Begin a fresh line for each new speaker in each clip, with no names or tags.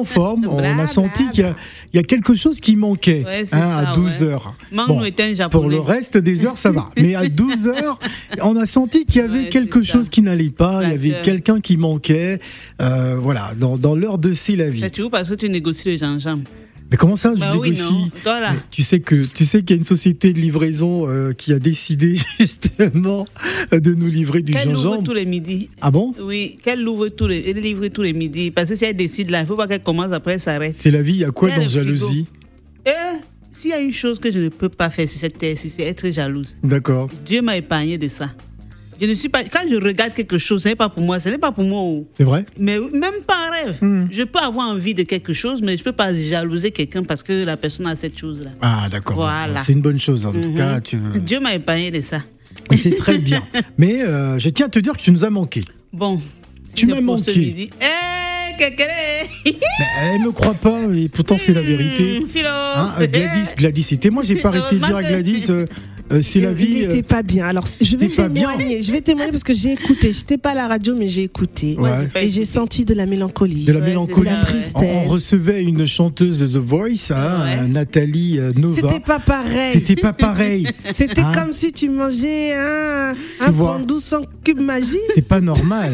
en forme,
Bla,
on a
bla,
senti qu'il y a-
bla.
il y, a quelque chose qui manquait
Ouais, c'est
hein,
ça,
à 12
ouais.
heures.
Mang
Bon,
nous était un japonais.
pour le reste des heures, ça va. Mais à 12 heures, on a senti qu'il y avait
Ouais,
quelque
c'est ça.
chose qui n'allait pas, il y avait
D'accord.
quelqu'un qui manquait. Euh, voilà, dans, dans l'heure de c'est la vie.
C'est toujours parce que tu négocies le gingembre.
Mais comment ça, je
Bah oui,
négocie
non. Toi, là.
Mais Tu sais que tu sais qu'il y a une société de livraison euh, qui a décidé justement euh, de nous livrer du
Qu'elle ouvre tous
gingembre.
les midis.
Ah bon
Oui, qu'elle ouvre tous les, elle livre tous les midis. Parce que si elle décide là, il faut pas qu'elle commence après, elle s'arrête.
C'est la vie, il y a quoi
Il y a
dans
le frigo.
jalousie
Et s'il y a une chose que je ne peux pas faire sur cette terre, c'est être jalouse.
D'accord.
Dieu m'a épargné de ça. Je ne suis pas. Quand je regarde quelque chose, ce n'est pas pour moi, ce n'est pas pour moi. oh.
C'est vrai
Mais même pas un rêve.
Hmm.
Je peux avoir envie de quelque chose, mais je ne peux pas jalouser quelqu'un parce que la personne a cette chose-là.
Ah d'accord.
Voilà.
C'est une bonne chose en tout
Mhm.
cas. Tu...
Mm.
Dieu m'a épargné de ça.
Et c'est très bien. Mais euh, je tiens à te dire que tu nous as manqué.
Bon.
Tu
c'était
m'as
pour ce
manqué.
midi. Eh, kékéré.
Mais elle me croit pas et pourtant c'est la vérité.
Mmh, philo.
Hein, euh, Gladys, Gladys, c'était moi j'ai pas arrêté de dire à Gladys, euh, euh, c'est la
Il
vie. euh,
était pas bien. Alors, je vais
t'es pas bien.
témoigner. Je vais témoigner parce que j'ai écouté. J'étais pas à la radio, mais j'ai écouté.
Ouais.
Et j'ai senti de la mélancolie.
de la
Ouais,
mélancolie.
c'est ça, ouais.
on, on recevait une chanteuse de The Voice, hein,
Ouais.
Nathalie euh, Nova.
C'était pas pareil.
C'était pas pareil.
C'était
Hein.
comme si tu mangeais un,
Tu
un
vois.
pandou sans cube magie.
C'est pas normal.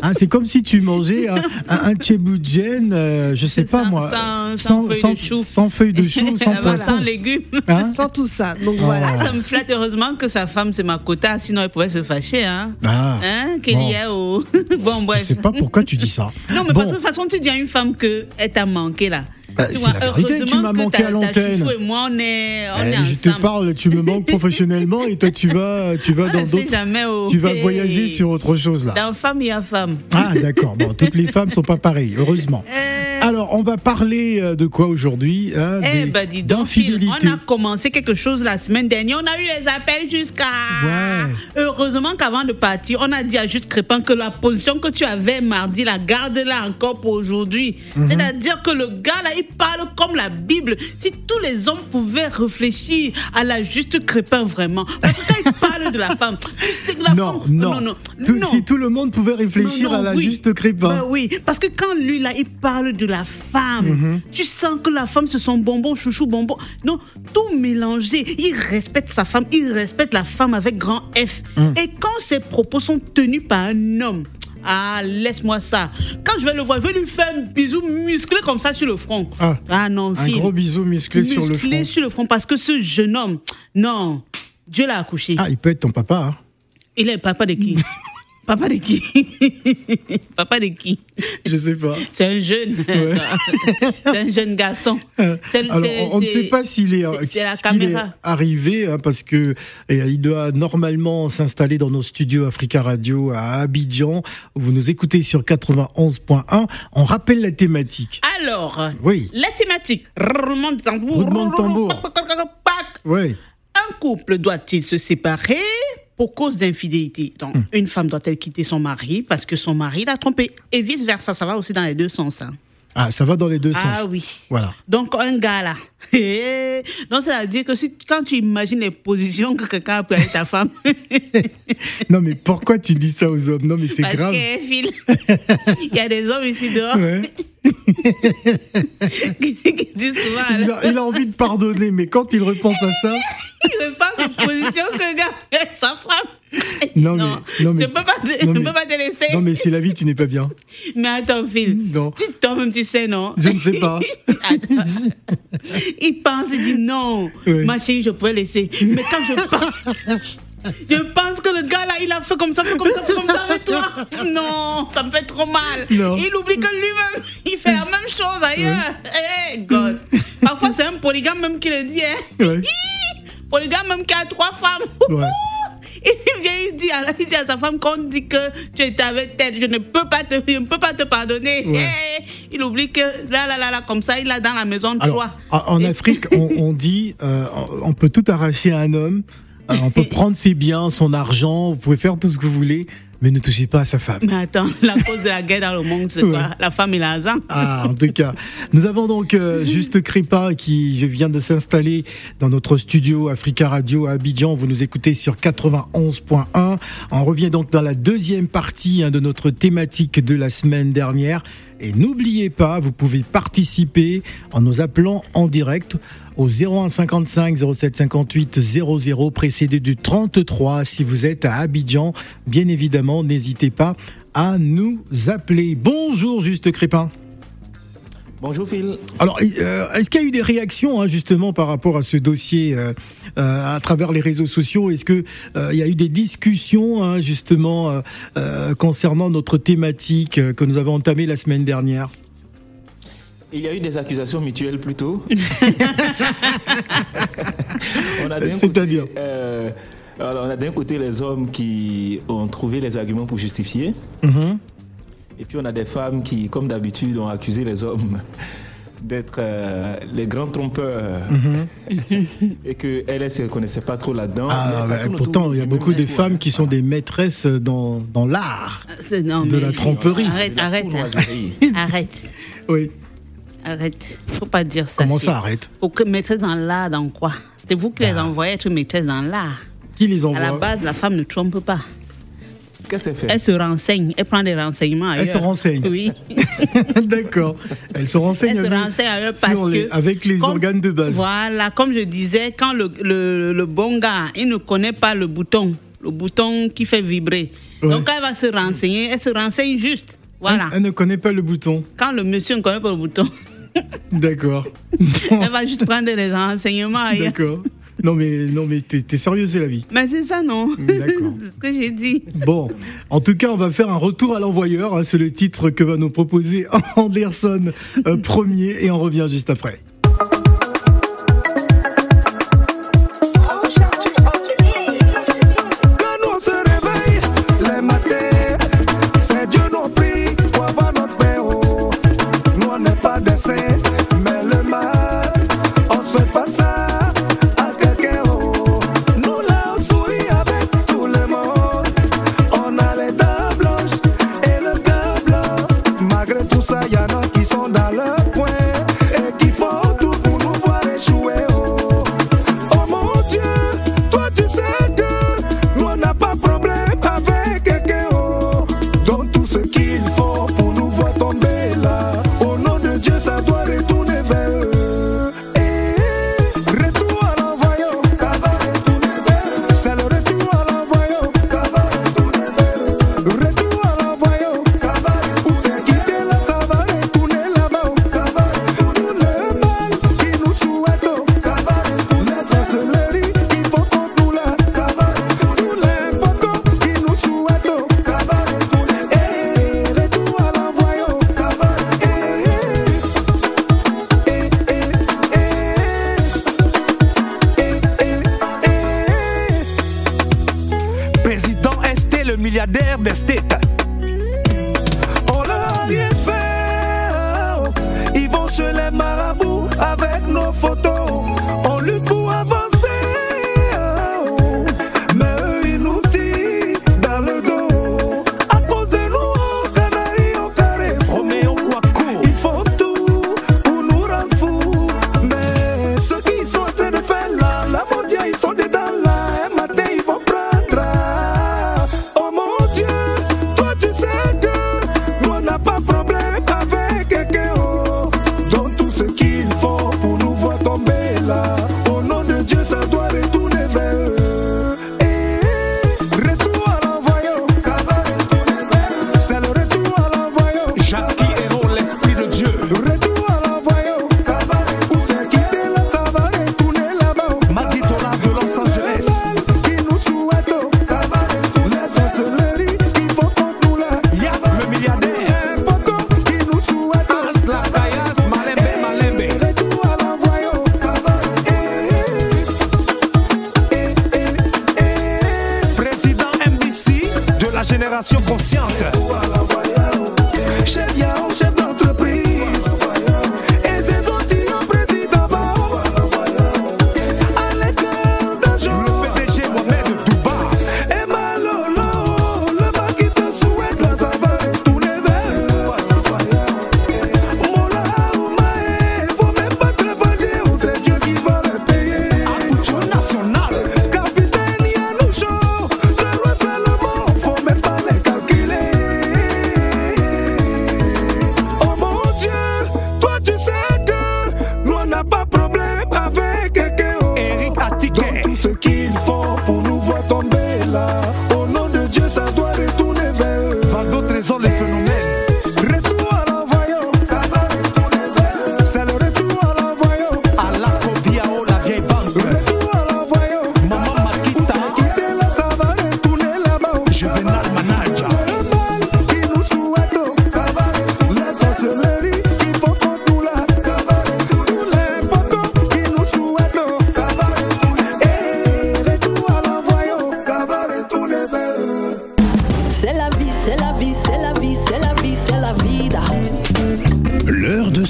Hein, c'est comme si tu mangeais un, un, un tchéboudjen, euh, je sais pas
Sans-
moi,
sans- sans feuilles de chou.
sans feuilles de chou, sans
Ah, voilà, Sans
poisson.
légumes. Ah,
Hein Ah,
Sans tout ça. Donc voilà.
Ça me flatte heureusement que sa femme, c'est ma quota, sinon elle pourrait se fâcher. Hein,
Ah.
hein qu'il y a au. bon,
Je
bref.
sais pas pourquoi tu dis ça.
Non, mais
Bon.
parce que de toute façon, tu dis à une femme qu'elle t'a manqué là.
Bah,
Tu
c'est
vois,
la vérité,
heureusement
tu m'as
que
manqué
ta-
à
ta
l'antenne.
chouchou et moi, on est, on
Eh,
est
je
ensemble.
te parle, tu me manques professionnellement et toi tu vas, tu vas
On
dans
ne sait
d'autres,
jamais au-
tu vas
Hey.
voyager sur autre chose là.
Dans femme, il y a femme.
Ah d'accord, bon, toutes les femmes sont pas pareilles, heureusement.
Euh,
Alors on va parler euh, de quoi aujourd'hui hein,
eh
des-
ben, dis donc, Phil,
D'infidélité.
on a commencé quelque chose la semaine dernière. On a eu les appels jusqu'à.
Ouais.
Heureusement qu'avant de partir, on a dit à Juste Crépin que la position que tu avais mardi, la garde-la encore pour aujourd'hui.
Mhm.
C'est-à-dire que le gars là, il parle comme la Bible. Si tous les hommes pouvaient réfléchir à la Juste Crépin vraiment. Parce que quand il parle de la femme, tu sais que la
Non,
femme.
non, Tout-
non.
Si tout le monde pouvait réfléchir
Non, non,
à la
oui.
juste hein. crépin.
Bah oui, parce que quand lui, là, il parle de la femme,
Mhm.
tu sens que la femme, c'est son bonbon, chouchou, bonbon. Non, tout mélangé. Il respecte sa femme, il respecte la femme avec grand F.
Mhm.
Et quand ses propos sont tenus par un homme, ah, laisse-moi ça. Quand je vais le voir, je vais lui faire un bisou musclé comme ça sur le front.
Ah.
non,
Un
fille.
gros bisou musclé, sur le
Musclé
front.
sur le front, parce que ce jeune homme, non, Dieu l'a accouché.
Ah, il peut être ton papa. hein.
Il est papa de qui Papa de qui Papa de qui
Je sais pas.
c'est un jeune. c'est un jeune garçon. C'est-
Euh, Alors,
c'est-
on, on ne
c'est-
sait pas s'il est,
c'est- C'est la
s'il est
caméra.
arrivé, hein, parce que eh, il doit normalement s'installer dans nos studios Africa Radio à Abidjan. Vous nous écoutez sur 91.1. On rappelle la thématique.
Alors,
Oui.
la thématique. Roulement de tambour.
Roulement de tambour.
Pac, pac, pac, pac.
Ouais.
Un couple doit-il se séparer pour cause d'infidélité Donc,
Hmm.
une femme doit-elle quitter son mari parce que son mari l'a trompée Et vice-versa, ça va aussi dans les deux sens. hein.
Ah, ça va dans les deux
Ah
sens.
oui.
Voilà.
Donc, un gars là. hé, Donc, ça veut dire que si, quand tu imagines les positions que quelqu'un a pris avec ta femme,
Non, mais pourquoi tu dis ça aux hommes Non, mais c'est
parce
grave.
que, Phil, il y a des hommes ici dehors.
Ouais.
qui qui disent souvent à
Il
la-
a, il a envie de pardonner, mais quand il repense à ça,
qui veut pas cette position que le gars fait sa femme.
Non, mais- non, mais-
je peux pas te,
non,
je
mais-
peux pas te laisser.
non mais c'est la vie, tu n'es pas bien.
Mais attends, Phil,
Non.
tu toi-même tu sais non.
Je ne sais pas.
Attends. il pense, il dit non,
Ouais.
ma chérie, je pourrais laisser. Mais quand je pense, je pense que le gars là, il a fait comme ça, fait comme ça, fait comme ça avec toi. Non, ça me fait trop mal.
Non.
Il oublie que lui-même, il fait la même chose ailleurs. Eh, God. Parfois, c'est un polygame même qui le dit. Hein.
Ouais.
Pour le gars même qui a trois femmes.
Ouais.
Il vient, il dit, à, il dit à sa femme qu'on dit que tu étais avec telle, je ne peux pas te, je ne peux pas te pardonner.
Ouais.
Eh, il oublie que là, là, là, là, comme ça, il a dans la maison
Alors,
trois.
en en
Et-
Afrique, on, on dit, euh, on peut tout arracher à un homme, euh, on peut prendre ses biens, son argent, vous pouvez faire tout ce que vous voulez, mais ne touchez pas à sa femme.
Mais attends, la cause de la guerre dans le monde, c'est
Ouais.
quoi La femme et l'argent.
Ah, en tout cas, nous avons donc euh, Juste Crépa qui vient de s'installer dans notre studio Africa Radio à Abidjan. Vous nous écoutez sur 91.1. On revient donc dans la deuxième partie hein, de notre thématique de la semaine dernière. Et n'oubliez pas, vous pouvez participer en nous appelant en direct au 01 55 07 58 00 précédé du 33 si vous êtes à Abidjan. Bien évidemment, n'hésitez pas à nous appeler. Bonjour Juste Crépin.
Bonjour Phil.
Alors, euh, est-ce qu'il y a eu des réactions hein, justement par rapport à ce dossier euh, euh, à travers les réseaux sociaux Est-ce que euh, il y a eu des discussions hein, justement euh, euh, concernant notre thématique euh, que nous avons entamée la semaine dernière
Il y a eu des accusations mutuelles plus tôt. On a d'un côté,
C'est-à-dire
euh, alors, on a d'un côté les hommes qui ont trouvé les arguments pour justifier. Et puis on a des femmes qui, comme d'habitude, ont accusé les hommes d'être euh, les grands trompeurs et que elles ne se reconnaissaient pas trop là-dedans.
Ah,
Mais ça
bah,
tourne autour
Pourtant, il y a
du
beaucoup
même
de
discours,
femmes
hein.
qui sont des maîtresses dans, dans l'art.
C'est- non,
De
mais-
la tromperie.
De
Arrête,
la
arrête,
sournoiserie.
arrête,
Oui.
arrête. Faut pas dire ça.
Comment ça
fille.
arrête Ah.
Faut que maîtresse dans l'art, dans quoi C'est vous qui les envoyez être maîtresse dans l'art.
Qui les
À la
envoie
base, la femme ne trompe pas.
Qu'est-ce qu'elle fait
Elle se renseigne, elle prend des renseignements ailleurs.
Elle se renseigne.
Oui.
D'accord. Elles se renseignent.
Elle se
avec-
renseigne ailleurs
sur
parce
les-
que.
avec les
comme-
organes de base.
Voilà, comme je disais, quand le, le, le bon gars, il ne connaît pas le bouton, le bouton qui fait vibrer.
Ouais.
Donc, elle va se renseigner, elle se renseigne juste. Voilà.
Elle ne connaît pas le bouton.
Quand le monsieur ne connaît pas le bouton,
D'accord.
elle va juste prendre des renseignements ailleurs.
D'accord. Non mais non mais t'es t'es sérieuse c'est la vie.
Mais c'est ça, non
D'accord.
C'est ce que j'ai dit.
Bon, en tout cas, on va faire un retour à l'envoyeur. hein, C'est le titre que va nous proposer Anderson euh, premier et on revient juste après.
Que nous on se réveille les matins, c'est Dieu nous prie pour avoir notre paix. oh. Nous on n'est pas des saints, mais le mal, on se fait pas ça à quelqu'un. oh. Nous là on sourit avec tout le monde, on a les dents blanches et le cœur blanc. Malgré tout ça, y en a qui sont dans leur coin et qui font tout pour nous voir échouer. oh. Oh mon Dieu, toi tu sais que nous on n'a pas problème avec quelqu'un. oh. Donc tout ce qu'il faut pour nous voir tomber là, au nom de Dieu, ça doit retourner vers eux. Et retour à l'envoyant, ça va retourner vers eux. C'est le retour à l'envoyant, ça va retourner vers eux. Retour à l'envoyant, ça va retourner quitter là, ça va retourner là-bas. Ça va retourner le mal qui nous souhaitons. Ça va retourner les sorcelleries qui font contre là. Ça va retourner les photos qui nous souhaitons. Ça va retourner. Eh, retour à l'envoyant. Ça va Eh, eh, eh, eh, eh, eh, eh. Président ST, le milliardaire des States. On leur a rien fait. oh. Ils vont chez les marabouts avec nos photos. On lutte pour avancer. oh. Mais eux, ils nous tirent dans le dos. À cause de nous, on canaille, on carré. Roméo Waco. Ils font tout pour nous rendre fous. Mais ceux qui sont en train de faire là, la mondiale, ils sont dedans là. Un matin, ils vont prendre. ah. Oh mon Dieu, toi tu sais que nous on n'a pas problème avec quelqu'un. oh. Donc tout ce qu'il faut pour nous voir tomber Oh Eh, à Eh,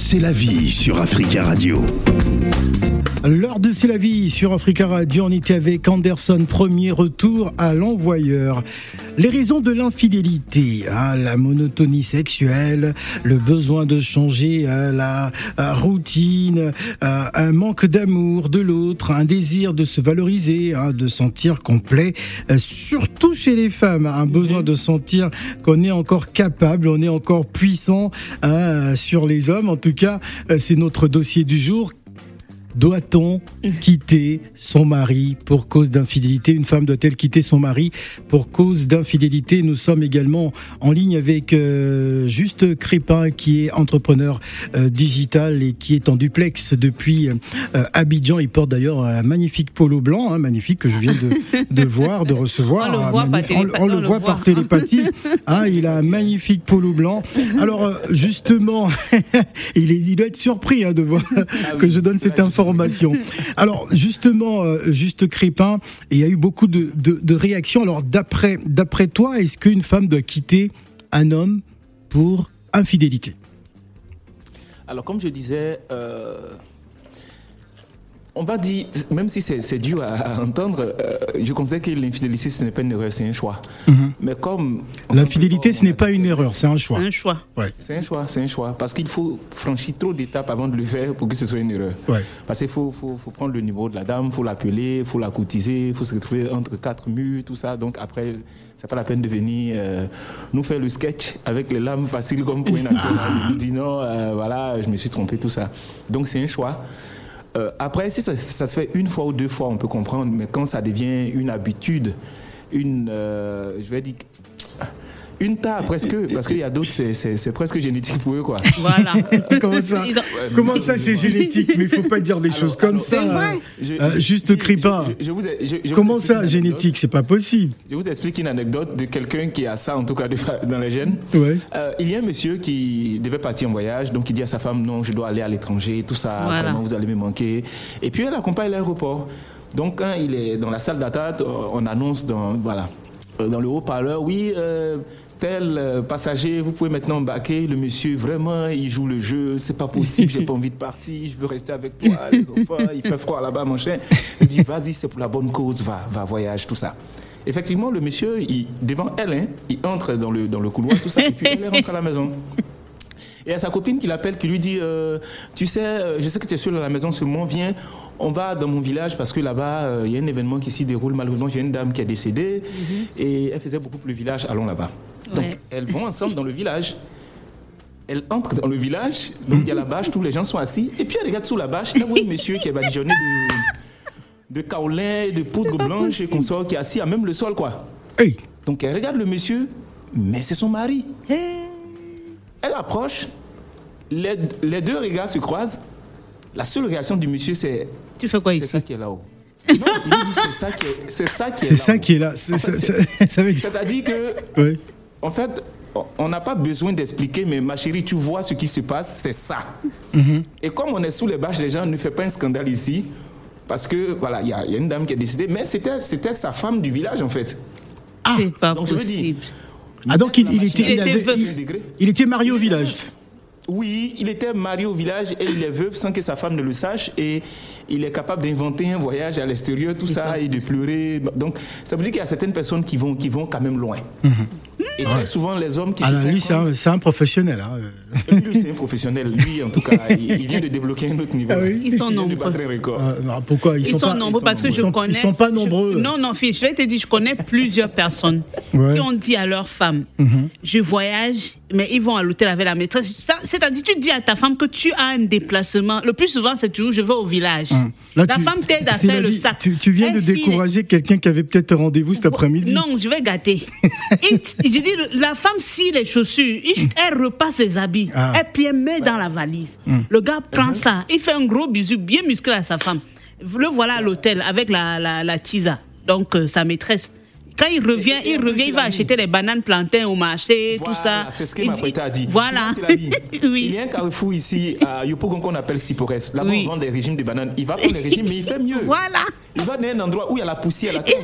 C'est la vie sur Africa Radio.
L'heure de C'est la vie sur Africa Radio, on était avec Anderson, premier retour à l'envoyeur. Les raisons de l'infidélité, hein, la monotonie sexuelle, le besoin de changer euh, la euh, routine, euh, un manque d'amour de l'autre, un désir de se valoriser, hein, de sentir complet, surtout chez les femmes, un besoin de sentir qu'on est encore capable, on est encore puissant hein, sur les hommes. En tout cas, euh, c'est notre dossier du jour. Doit-on quitter son mari pour cause d'infidélité Une femme doit-elle quitter son mari pour cause d'infidélité Nous sommes également en ligne avec euh, Juste Crépin, qui est entrepreneur euh, digital et qui est en duplex depuis euh, Abidjan. Il porte d'ailleurs un magnifique polo blanc, hein, magnifique, que je viens de, de voir, de recevoir. Ah,
On le voit, par,
on, on le voit par télépathie. Hein, il a un magnifique polo blanc. Alors, euh, justement, il, est, il doit être surpris hein, de voir que je donne cette information. Alors justement, euh, juste Crépin, il y a eu beaucoup de, de, de réactions. Alors d'après d'après toi, est-ce qu'une femme doit quitter un homme pour infidélité
Alors comme je disais, euh, on va dire, même si c'est dur à, à entendre, euh, je considère que l'infidélité ce n'est pas une erreur, c'est un choix. Mm -hmm. Mais comme
l'infidélité ce n'est pas une erreur, c'est un choix.
Un choix.
Ouais.
C'est un choix, c'est un choix. Parce qu'il faut franchir trop d'étapes avant de le faire pour que ce soit une erreur.
Ouais.
Parce qu'il faut, faut, faut, prendre le numéro de la dame, il faut l'appeler, il faut la cotiser, il faut se retrouver entre quatre murs, tout ça. Donc après, c'est pas la peine de venir euh, nous faire le sketch avec les lames faciles comme pour une acteur. dit non, euh, voilà, je me suis trompé, tout ça. Donc c'est un choix. Euh, après, si ça, ça, se fait une fois ou deux fois, on peut comprendre, mais quand ça devient une habitude, une, euh, je vais dire, une tare presque, parce qu'il y a d'autres, c'est presque génétique pour eux, quoi.
Voilà.
comment ça, comment ça c'est génétique Mais il faut pas dire des alors, choses comme alors, ça. Je, euh, juste Cripin. Comment ça, génétique C'est pas possible.
Je vous explique une anecdote de quelqu'un qui a ça, en tout cas, de, dans les gènes.
Ouais.
Euh, il y a un monsieur qui devait partir en voyage, donc il dit à sa femme non, je dois aller à l'étranger, tout ça, voilà. vraiment, vous allez me manquer. Et puis elle accompagne l'aéroport. Donc quand il est dans la salle d'attente, euh, on annonce dans voilà euh, dans le haut-parleur, oui, euh, tel euh, passager, vous pouvez maintenant embarquer. Le monsieur, vraiment, il joue le jeu, c'est pas possible, j'ai pas envie de partir, je veux rester avec toi, les enfants, il fait froid là-bas, mon chien. Il dit, vas-y, c'est pour la bonne cause, va, va, voyage, tout ça. Effectivement, le monsieur, il, devant elle, hein, il entre dans le, dans le couloir, tout ça, et puis elle rentre à la maison. Et à sa copine qui l'appelle, qui lui dit euh, Tu sais, je sais que tu es seule à la maison, seulement viens, on va dans mon village parce que là-bas, il euh, y a un événement qui s'y déroule. Malheureusement, j'ai une dame qui est décédée mm -hmm. et elle faisait beaucoup pour le village, allons là-bas. Ouais. Donc, elles vont ensemble dans le village. Elle entre dans le village, donc il mm -hmm. y a la bâche, tous les gens sont assis. Et puis elle regarde sous la bâche, elle voit un monsieur qui est badigeonné de, de kaolin, de poudre blanche et consort, qui est assis à même le sol, quoi.
Hey.
Donc elle regarde le monsieur, mais c'est son mari. Hey. Elle approche, les, les, deux regards se croisent. La seule réaction du monsieur, c'est.
Tu fais quoi ici
C'est ça qui est là-haut. Non, il dit c'est ça qui est, c'est ça qui est, est là.
C'est ça qui est là.
C'est-à-dire
que. Oui.
En fait, on n'a pas besoin d'expliquer, mais ma chérie, tu vois ce qui se passe, c'est ça.
Mm -hmm.
Et comme on est sous les bâches, les gens ne font pas un scandale ici. Parce que, voilà, il y, y, a une dame qui est décédée, mais c'était, c'était sa femme du village, en fait.
Ah, c'est pas donc, possible. Je veux dire,
ah donc il, il, était, il, avait, il, était, marié au village.
Oui, il était marié au village et il est veuf sans que sa femme ne le sache et il est capable d'inventer un voyage à l'extérieur, tout ça, et de pleurer. Donc ça veut dire qu'il y a certaines personnes qui vont, qui vont quand même loin.
Mm
-hmm. Et très souvent, les hommes qui
Alors, se lui, c'est un, un, professionnel. Hein.
Lui, c'est un professionnel. Lui, en tout cas, il, il vient de débloquer un autre niveau.
Ah oui. Ils sont nombreux.
Euh, non, pourquoi
ils, ils sont, sont pas, nombreux ils parce sont que je
sont,
connais.
Ils sont pas nombreux.
Je, non, non, fille, je vais te dire, je connais plusieurs personnes ouais. qui ont dit à leur femme mm -hmm. Je voyage, mais ils vont à l'hôtel avec la maîtresse. C'est-à-dire, tu dis à ta femme que tu as un déplacement. Le plus souvent, c'est toujours Je vais au village. Mm.
Hum. Là,
la
tu,
femme t'aide à faire le vie, sac.
Tu, tu viens Elle, de décourager si quelqu'un qui avait peut-être rendez-vous cet après-midi.
Non, je vais gâter. je dis, la femme scie les chaussures,
Hum.
elle repasse les habits, ah. elle puis elle met dans la valise.
Hum.
Mm. Le gars prend mm
Uh-huh.
-hmm. ça, il fait un gros bisou bien musclé à sa femme. Le voilà à l'hôtel avec la, la, la chisa, donc euh, sa maîtresse. Quand il revient, et, et, il revient, il va acheter les bananes plantains au marché, voilà, tout ça.
C'est ce que ma prête a dit.
Voilà.
oui. Il y a un carrefour ici à Yopougon qu'on appelle Sipores. Là-bas, oui. on vend des régimes de bananes. Il va prendre les régimes, mais il fait mieux.
Voilà.
Il va dans un endroit où il y a la poussière, la terre.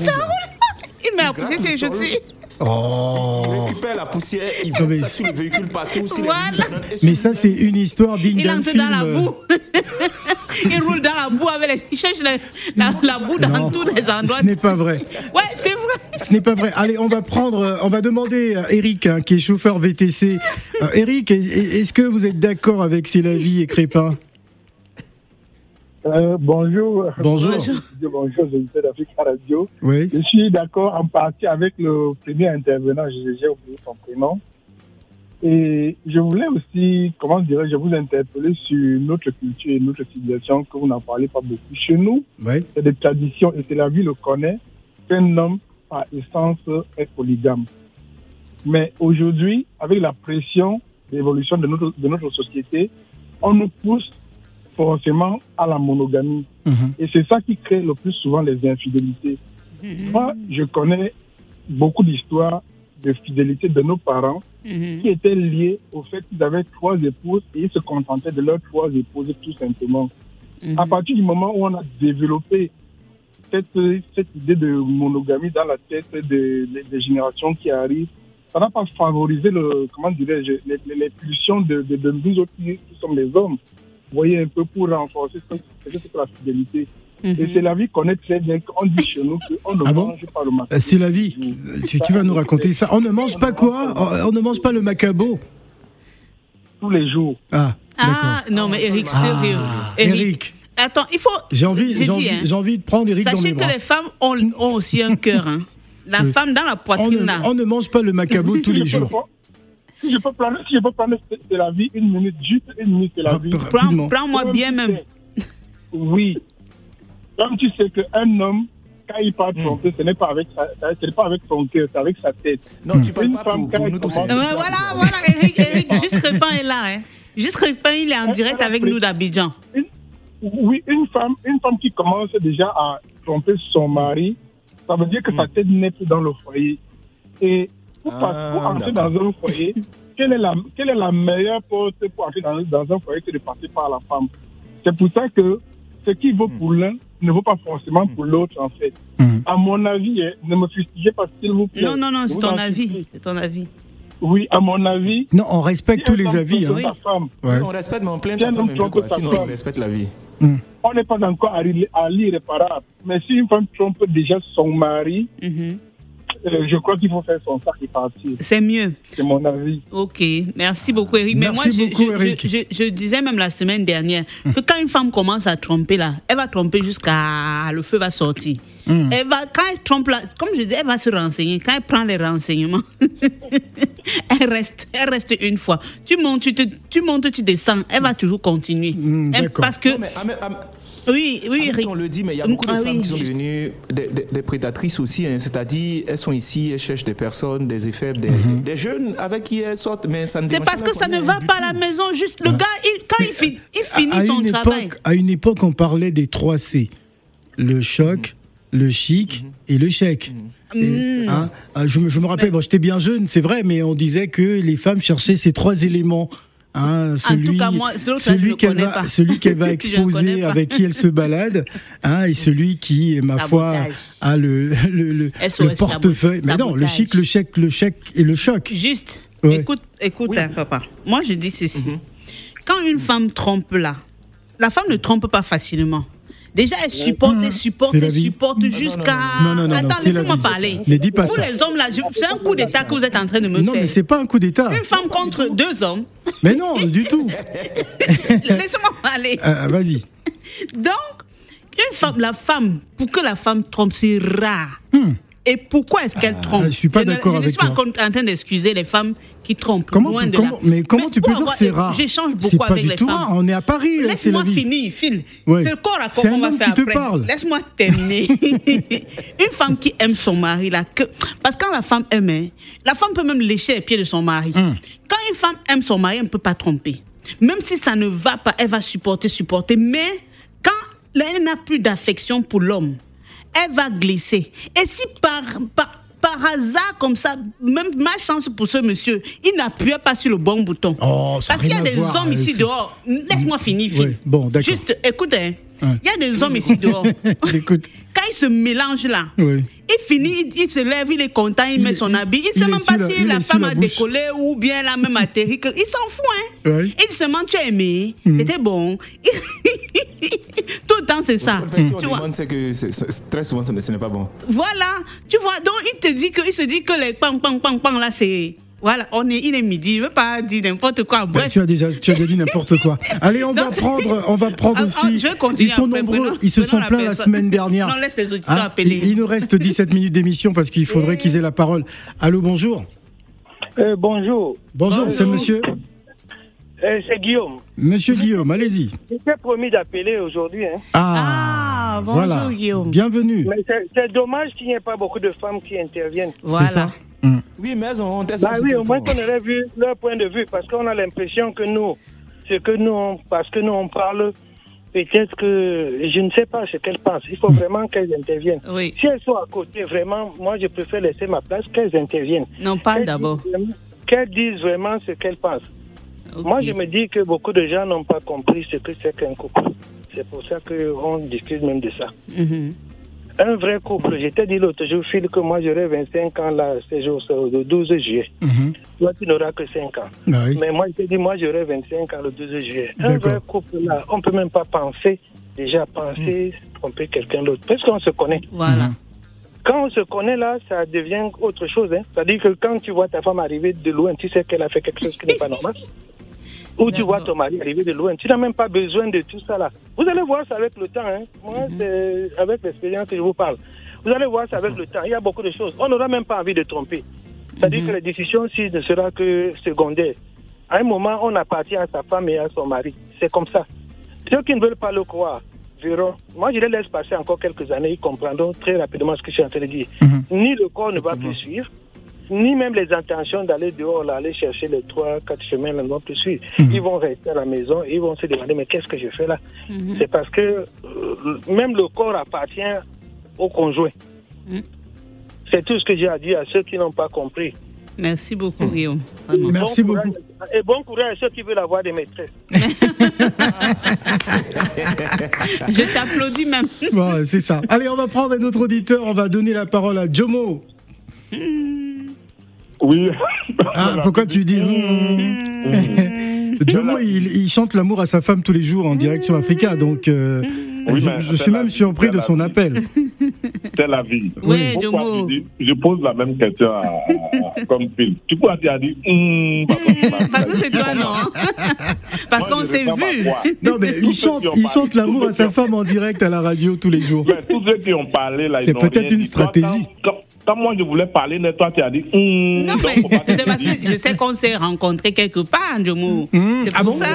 Il met à pousser ses chaussures.
Oh.
Il récupère la poussière, il
Non, Ah, mais-
vole ça sur le véhicule partout. sur les
Voilà.
vitres, et sur
Mais
le
ça,
mur.
c'est une histoire digne
Il
d'un
entre
film.
dans la boue. il roule dans la boue avec les. Il cherche la, la- la boue dans
Non,
tous les endroits.
ce n'est pas vrai.
Ouais, c'est vrai.
Ce n'est pas vrai. Allez, on va prendre, euh, on va demander à Eric, hein, qui est chauffeur VTC. Euh, Eric, est- est- est-ce que vous êtes d'accord avec C'est la vie et Crépin
Euh, bonjour.
Bonjour.
Bonjour, bonjour j'étais d'Africa Radio.
Oui.
Je suis d'accord en partie avec le premier intervenant, j'ai j'ai oublié son prénom. Et je voulais aussi, comment dirais-je, vous interpeller sur notre culture et notre civilisation, que vous n'en parlez pas beaucoup. Chez nous,
Ouais.
c'est des traditions, et c'est la vie le connaît, qu'un homme, par essence, est polygame. Mais aujourd'hui, avec la pression, l'évolution de notre, de notre société, on nous pousse forcément à la monogamie.
Mhm.
Et c'est ça qui crée le plus souvent les infidélités.
Mm-hmm.
Moi, je connais beaucoup d'histoires de fidélité de nos parents
Mhm.
qui étaient liées au fait qu'ils avaient trois épouses et ils se contentaient de leurs trois épouses tout simplement. À partir du moment où on a développé cette, cette idée de monogamie dans la tête des, des- des générations qui arrivent, ça n'a pas favorisé le, comment dirais-je, les, les- les pulsions de, de, de nous autres qui qui sommes les hommes. Vous voyez un peu pour renforcer ce que ce que la fidélité. Et c'est la vie qu'on est très bien. On dit chez nous qu'on ne
Ah bon
mange pas le matin.
Euh, C'est la vie. Tu, tu vas nous raconter ça. On ne mange pas quoi On- On ne mange pas le macabo.
Tous les jours.
Ah, d'accord.
Ah, non, mais Eric, sérieux.
Ah, Eric.
Attends, il faut.
J'ai envie,
J'ai
j'ai
dit,
envie,
hein.
j'ai envie de prendre Eric dans mes
Sachez que
bras.
les femmes ont, ont aussi un cœur. hein. La femme dans la
On
poitrine, là.
ne, on ne mange pas le macabo tous les
Si je peux
jours.
pas- Si je peux prendre, si je peux prendre, c'est c'est la vie, une minute, juste une minute, c'est la
Ah,
vie.
pr-
Prends-
rapidement.
Prends-moi
Comme
bien,
tu
même.
sais. Oui. Comme tu sais qu'un homme, quand il parle
Hmm.
tromper, ce n'est pas avec sa- sa- ce n'est pas avec son cœur, c'est avec sa tête.
Non, tu parles
Une
pas
femme
pour, pour
qui
nous tous.
commence-
Ouais,
hein.
Euh, voilà, voilà, Eric, Eric, juste Crépin est là. Hein. Juste Crépin, il est en
Elle,
direct
elle a
avec
pris-
nous d'Abidjan.
Une- oui, une femme, une femme qui commence déjà à tromper son mari, ça veut dire que
Hmm.
sa tête n'est plus dans le foyer. Et pour, pas-
Ah,
pour entrer
d'accord.
dans un foyer, quelle est la, quelle est la meilleure porte pour entrer dans, dans un foyer que de passer par la femme C'est pour ça que ce qui vaut
Hmm.
pour l'un ne vaut pas forcément pour l'autre, en fait.
Mhm.
À mon avis, eh, ne me fustigez pas, s'il vous plaît.
Non, non, non,
Je
c'est
vous
ton
en
avis.
supplie.
C'est ton avis.
Oui, à mon avis.
Non, on respecte
si
tous
un
les
homme
avis.
trompe
hein.
sa femme,
Ouais. Hmm.
On respecte, mais on plaint
Bien,
ta femme
donc,
un
tu
peu, quoi.
racontes ta
Sinon, on
femme.
respecte la vie.
on n'est pas encore arrivé à l'irréparable. Mais si une femme trompe déjà son mari,
Mhm.
euh, je crois qu'il faut faire son sac et partir.
C'est mieux.
C'est mon avis.
Ok, merci beaucoup Eric. Mais
Merci
moi, je-
beaucoup,
je, je-
Eric.
je- je disais même la semaine dernière que quand une femme commence à tromper là, elle va tromper jusqu'à le feu va sortir.
Hmm.
Elle va quand elle trompe là, comme je dis, elle va se renseigner. Quand elle prend les renseignements, elle reste, elle reste une fois. Tu montes, tu, te, tu montes, tu descends. Elle va toujours continuer.
Mm,
Elle-
d'accord.
parce que
Non, mais en même- en-
oui, oui, Eric.
on le dit, mais il y a beaucoup de
Ah
femmes
oui,
qui sont
juste.
devenues des, des- des prédatrices aussi. hein. C'est-à-dire, elles sont ici, elles cherchent des personnes, des effets, des,
Mhm.
des jeunes avec qui elles sortent, mais ça ne
C'est
dérange
parce
pas
que ça ne
famille,
va
hein, du
pas à
tout.
la maison. Juste le gars, il- quand il, fi- il finit
Ah. à
son
une
travail.
époque, à une époque, on parlait des 3 C le choc, le chic et le chèque.
Mhm.
Et, hein, ah, je, me- je me rappelle, bon, j'étais bien jeune, c'est vrai, mais on disait que les femmes cherchaient ces trois éléments. Hein, celui,
cas, moi, l'autre, ça, je
celui
le
qu'elle
connais
va,
pas.
celui qu'elle va
Je le connais
exposer,
pas.
avec qui elle se balade, hein, et celui qui, ma foi,
Sabotage.
a le, le, le-
SOS
le portefeuille. Mais non, le
sabotage.
chic, le chèque, le chèque et le choc.
Juste,
Ouais.
écoute, écoute, hein, papa. Moi, je dis ceci.
Mhm.
Quand une femme trompe là, la femme ne trompe pas facilement. Déjà, elle supporte, elle supporte,
Ah. C'est la
elle
vie.
supporte jusqu'à.
non, non, non,
Attends,
c'est la
laissez-moi
vie.
parler.
Ne dis pas
Vous,
ça.
les hommes là, je- c'est un coup d'état que vous êtes en train de me
Non,
faire.
mais c'est pas un coup d'État.
Une femme contre deux hommes.
Mais non, du tout.
laissez-moi parler.
Ah, Vas-y.
Donc, une femme, la femme, pour que la femme trompe, c'est rare. Et pourquoi est-ce qu'elle trompe
Hmm. Ah, je suis pas
ne-
d'accord
Je ne
avec
suis pas
toi.
encore en train d'excuser les femmes qui trompent.
Comment,
loin de
comment-
là.
mais comment tu
pour
peux dire
avoir-
que c'est rare
J'échange
C'est
beaucoup
pas
avec
du
les
tout
femmes.
rare. On est à Paris, euh, c'est la
Laisse-moi
vie.
finir, Phil.
Ouais.
C'est le corps à corps
C'est un
qu'on va
homme
faire
qui te
après.
parle.
Laisse-moi terminer. une femme qui aime son mari, là, que... parce que quand la femme aime, hein, la femme peut même lécher les pieds de son mari.
Hmm.
Quand une femme aime son mari, elle ne peut pas tromper. Même si ça ne va pas, elle va supporter, supporter. Mais quand elle n'a plus d'affection pour l'homme, elle va glisser. Et si par, par, par hasard, comme ça, même ma chance pour ce monsieur, il n'appuyait pas sur le bon bouton.
Oh, ça a
Parce qu'il y a
rien à
des
voir,
hommes
euh,
ici
c'est-
dehors. Laisse-moi finir, Phil.
Ouais, bon, d'accord.
Juste, écoute, hein, il
Ouais.
y a des hommes ici dehors.
Écoute.
Quand quand il se mélange là,
Oui.
il finit, il, il se lève, il est content, il,
Il
met
est-
son
il-
habit. Il
il
ne sait
est
même
sous
pas
la-
si
il
la
est sous
femme
la
a
bouche.
décollé ou bien la même atterri. que- Il s'en fout, hein.
Ouais.
Il dit seulement tu as aimé,
Mm.
c'était bon. Tout le temps, c'est ça.
En fait, si on
Tu vois.
demande, c'est que c'est- c'est- très souvent, ce n'est pas bon.
Voilà, tu vois, donc il te dit que, il se dit que les pang, pang, pang, pang, là, c'est. Voilà, on est, il est midi, je ne veux pas dire n'importe quoi.
Bah,
Bref.
tu as déjà, tu as déjà dit n'importe quoi. Allez, on va
Non, c'est-
prendre, on va prendre
Ah, ah,
aussi.
je continue
ils sont
après,
nombreux,
prenons-
ils se sont
prenons la
plaints la
personne.
semaine dernière. Hein
Non, laisse les auditeurs appeler.
Il, il nous reste 17 minutes d'émission parce qu'il
Eh.
faudrait qu'ils aient la parole. Allô, bonjour.
Euh, bonjour,
Bonjour, c'est monsieur.
Euh, c'est Guillaume.
Monsieur Guillaume, allez-y.
Je t'ai promis d'appeler aujourd'hui. Hein.
Ah, bonjour,
voilà.
Guillaume.
Bienvenue.
Mais c'est c'est dommage qu'il n'y ait pas beaucoup de femmes qui interviennent.
Voilà. Mm-hmm.
ça.
Oui, mais elles ont honte. elles
Bah
savent ce
oui,
qu'elles
au moins
font.
qu'on aurait vu leur point de vue, parce qu'on a l'impression que nous, ce que nous, on- parce que nous on parle, peut-être que je ne sais pas ce qu'elles pensent. Il faut vraiment qu'elles interviennent.
Oui.
Si elles sont à côté, vraiment, moi je préfère laisser ma place qu'elles interviennent.
Non, parle
Qu'elles
d'abord.
disent vraiment- Qu'elles disent vraiment ce qu'elles pensent.
Ok.
Moi, je me dis que beaucoup de gens n'ont pas compris ce que c'est qu'un couple. C'est pour ça qu'on discute même de ça.
Mhm.
Un vrai couple, je t'ai dit l'autre jour, Phil, que moi j'aurai 25 ans là, ce jour, c'est le 12 juillet. Toi, tu n'auras que 5 ans.
Bah oui.
Mais moi, je t'ai dit, moi j'aurai 25 ans le 12 juillet. Un
D'accord.
vrai couple là, on ne peut même pas penser, déjà penser, tromper quelqu'un d'autre. Parce qu'on se connaît.
Voilà.
Quand on se connaît là, ça devient autre chose. Hein. C'est-à-dire que quand tu vois ta femme arriver de loin, tu sais qu'elle a fait quelque chose qui n'est pas normal. Ou tu vois ton mari arriver de loin, tu n'as même pas besoin de tout ça là. Vous allez voir ça avec le temps. Hein. Moi, c'est avec l'expérience que je vous parle. Vous allez voir ça avec le temps. Il y a beaucoup de choses. On n'aura même pas envie de tromper. C'est-à-dire que la décision si ne sera que secondaire. À un moment, on appartient à sa femme et à son mari. C'est comme ça. Ceux qui ne veulent pas le croire verront. Moi, je les laisse passer encore quelques années. Ils comprendront très rapidement ce que je suis en train de dire. Ni le corps ne va plus suivre, ni même les intentions d'aller dehors, là, aller chercher les trois, quatre chemins ne vont plus suivre. Ils vont rester à la maison et ils vont se demander mais qu'est-ce que je fais là
Mhm.
C'est parce que euh, même le corps appartient au conjoint.
Mhm.
C'est tout ce que j'ai à dire à ceux qui n'ont pas compris.
Merci beaucoup, Guillaume. Vraiment.
Merci
Bon courage-
beaucoup.
Et bon courage à ceux qui veulent avoir des maîtresses.
Je t'applaudis même.
Bon, c'est ça. Allez, on va prendre un autre auditeur. On va donner la parole à Jomo.
Oui.
Ah, pourquoi tu dis hmm Jomo, il, il chante l'amour à sa femme tous les jours en direct sur Africa. Donc, euh,
Oui,
je,
mais
je
c'est
suis
la
même
vie,
surpris
c'est
de
la
son
vie.
appel.
C'est la vie.
Oui,
Pourquoi
Jomo.
tu dis- je pose la même question à, à- à- comme Phil. Tu pourras dire, dit, Hum, parce que ma-
Parce que c'est toi, non Parce
Moi,
qu'on
je
s'est
réponds à
vu.
quoi
Non, mais
Tous
il
ceux
chante,
qui ont
il
parlé-
chante l'amour à sa femme en direct à la radio tous les jours.
Mais tous ceux qui ont parlé, là, ils
C'est
n'ont
peut-être
rien
une
dit. Toi,
stratégie.
Quand, quand- quand moi, je voulais parler, mais toi, tu as dit, Hum,
Non,
donc,
mais
faut pas que
c'est
tu
parce
dises.
que je sais qu'on s'est rencontrés quelque part, hein, Jomo.
Mmh.
C'est
Ah
pour
bon
ça.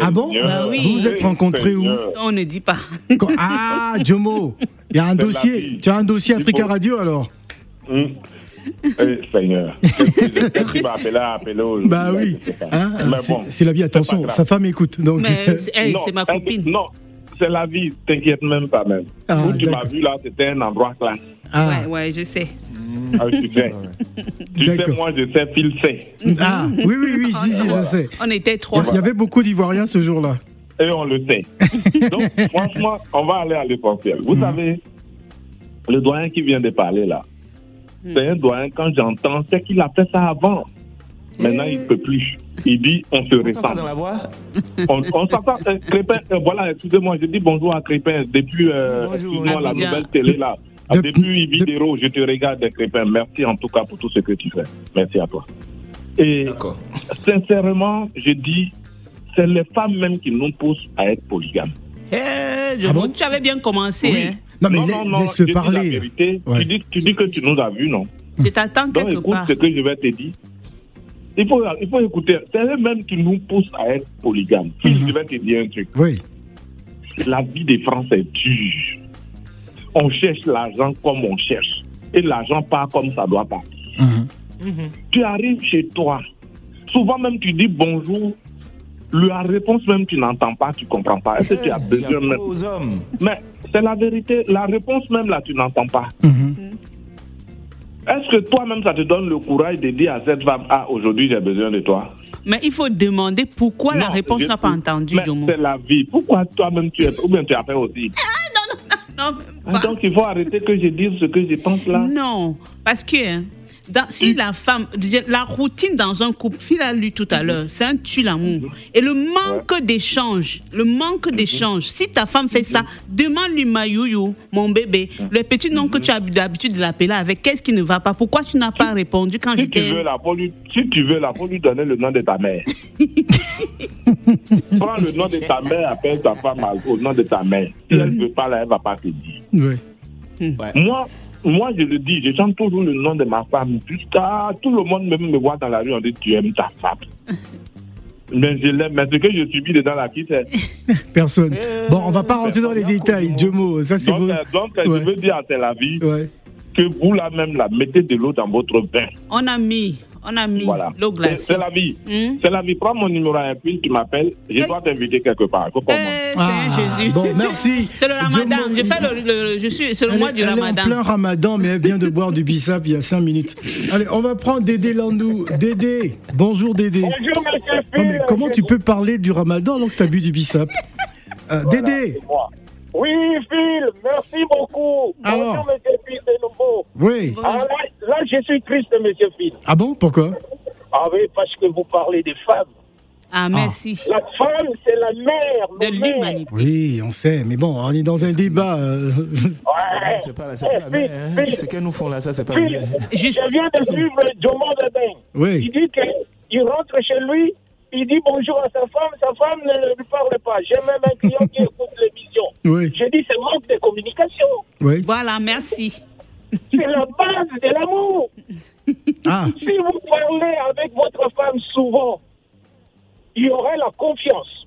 Ah bon
Seigneur.
Bah oui.
Vous vous êtes rencontrés où
Seigneur.
On ne dit pas.
Quand- Ah, Jomo, il y a un
la
dossier.
vie.
Tu as un dossier
Il
Africa
faut-
Radio alors
Hum. Eh, Seigneur. Qu'est-ce que tu m'as appelé à appeler aujourd'hui,
Bah
là,
oui.
je sais pas.
Hein,
Mais
c'est-
bon,
c'est la vie.
pas
Attention,
grave.
sa femme écoute. Donc,
Mais c'est hey,
Non,
c'est ma
elle-
copine.
Non, c'est la vie, t'inquiète même pas même.
Ah,
Où tu m'as
d'accord.
vu là, c'était un endroit classe.
ah,
Ouais, ouais, je sais.
Ah, tu sais. tu sais,
D'accord.
moi je sais, Phil sait.
ah, oui, oui, oui, si, si, je sais.
On était trois.
Il y avait beaucoup d'Ivoiriens ce jour-là.
Et on le sait. Donc, franchement, on va aller à l'essentiel. Vous savez, le doyen qui vient de parler là, c'est un doyen, quand j'entends, c'est qu'il a fait ça avant. Maintenant, il ne peut plus. Il dit, on se
Ça, c'est dans
ressemble.
la voix.
On, on s'entend. euh, Crépin, euh, voilà, excusez-moi, je dis bonjour à Crépin. Depuis, euh,
Bonjour.
excuse-moi, la
Abidjan.
nouvelle télé là. Ah,
De-
Depuis
de-
Ividéro, je te regarde, Crépin. Merci en tout cas pour tout ce que tu fais. Merci à toi. Et
D'accord.
sincèrement, je dis, c'est les femmes même qui nous poussent à être polygames.
Eh, Jomo,
Ah bon
tu avais bien commencé. hein.
Non, mais la-
je
laisse-le
dis la
parler.
vérité.
Ouais.
Tu, dis, tu dis que tu nous as vus, non
Je t'attends
Donc
quelque
écoute
part.
ce que je vais te dire. Il faut, il faut écouter. C'est eux-mêmes qui nous poussent à être polygames. Phil, Je vais te dire un truc.
Mhm. Oui.
La vie des France est dure. On cherche l'argent comme on cherche. Et l'argent part comme ça doit partir.
Mhm.
Mm-hmm.
Tu arrives chez toi. Souvent même tu dis bonjour. La réponse même tu n'entends pas, tu comprends pas. Est-ce que tu as
Eh,
Il y a
besoin même
trop aux hommes.
Mais c'est la vérité. La réponse même là tu n'entends pas.
Mhm.
Est-ce que toi-même ça te donne le courage de dire à cette femme Ah, aujourd'hui j'ai besoin de toi
Mais il faut demander pourquoi la
Non,
réponse
je-
n'a pas entendu,
Mais
Jomo. Ah,
C'est la vie. Pourquoi toi-même tu es. Ou bien tu appelles aussi
Non,
Ah, donc il faut arrêter que je dise ce que je pense là. Mm.
Non, parce que hein, dans- si la femme, je veux dire, la routine dans un couple, Phil a lu tout
Mm-hmm.
à l'heure, c'est un tue l'amour. Et le manque d'échange, le manque
Mm-hmm.
d'échange, si ta femme fait ça, demande-lui ma youyou, mon bébé,
Mm-hmm.
le petit nom que tu as l'habitude de l'appeler avec, qu'est-ce qui ne va pas Pourquoi tu n'as pas répondu quand je
Si tu
t'ai...
veux la faut lui, si tu veux la faut lui donner le nom de ta mère. Prends le nom de ta mère, appelle ta femme à- au nom de ta mère. Si elle ne veut pas là, elle va pas te dire.
Oui.
Moi, moi je le dis, je chante toujours le nom de ma femme jusqu'à tout le monde même me voit dans la rue on dit tu aimes ta femme. Mais je l'aime, mais ce que je subis dedans la qui c'est
Personne. Bon, on va pas rentrer dans
Euh,
les détails. Deux mots. Ça, c'est
Donc,
beau.
euh, donc, euh, je veux dire à Tel Aviv
Ouais.
que vous là même la mettez de l'eau dans votre vin.
On a mis, on a mis
Voilà.
l'eau
C'est-
glacée. Hmm?
C'est la vie. C'est la vie. Prends mon numéro à un puis tu m'appelles. Je dois t'inviter quelque part. Faut
Euh,
qu'on mange.
Ah, Bon, merci.
C'est le ramadan, je fais le, le- je suis, c'est le
Elle
mois
est-
du
elle est en plein
ramadan.
ramadan, mais elle vient de boire du bissap il y a 5 minutes. Allez, on va prendre Dédé Landou. Dédé, bonjour Dédé.
Bonjour, monsieur
Non, mais comment tu peux parler du ramadan alors que t'as bu du bissap Euh, Dédé,
Oui, Phil, merci beaucoup.
Alors.
Bonjour, monsieur Phil, de nouveau.
oui.
Ah, là, là, je suis triste, monsieur Phil.
Ah bon, pourquoi
Ah oui, parce que vous parlez des femmes.
Ah, merci.
La femme, c'est la mère. De l'humanité.
Oui, on sait, mais bon, on est dans un débat. euh,
C'est pas, la- c'est pas la mère, hein. Ce qu'elles nous font là, ça, c'est pas la mère.
Eh, Je viens de suivre Jomo Dadain.
Oui.
Il dit qu'il rentre chez lui, il dit bonjour à sa femme, sa femme ne lui parle pas. J'ai même un client qui écoute l'émission.
Oui.
Je dis, c'est manque de communication.
Oui.
Voilà, merci.
C'est la base de l'amour.
Ah,
Si vous parlez avec votre femme souvent, il y aurait la confiance.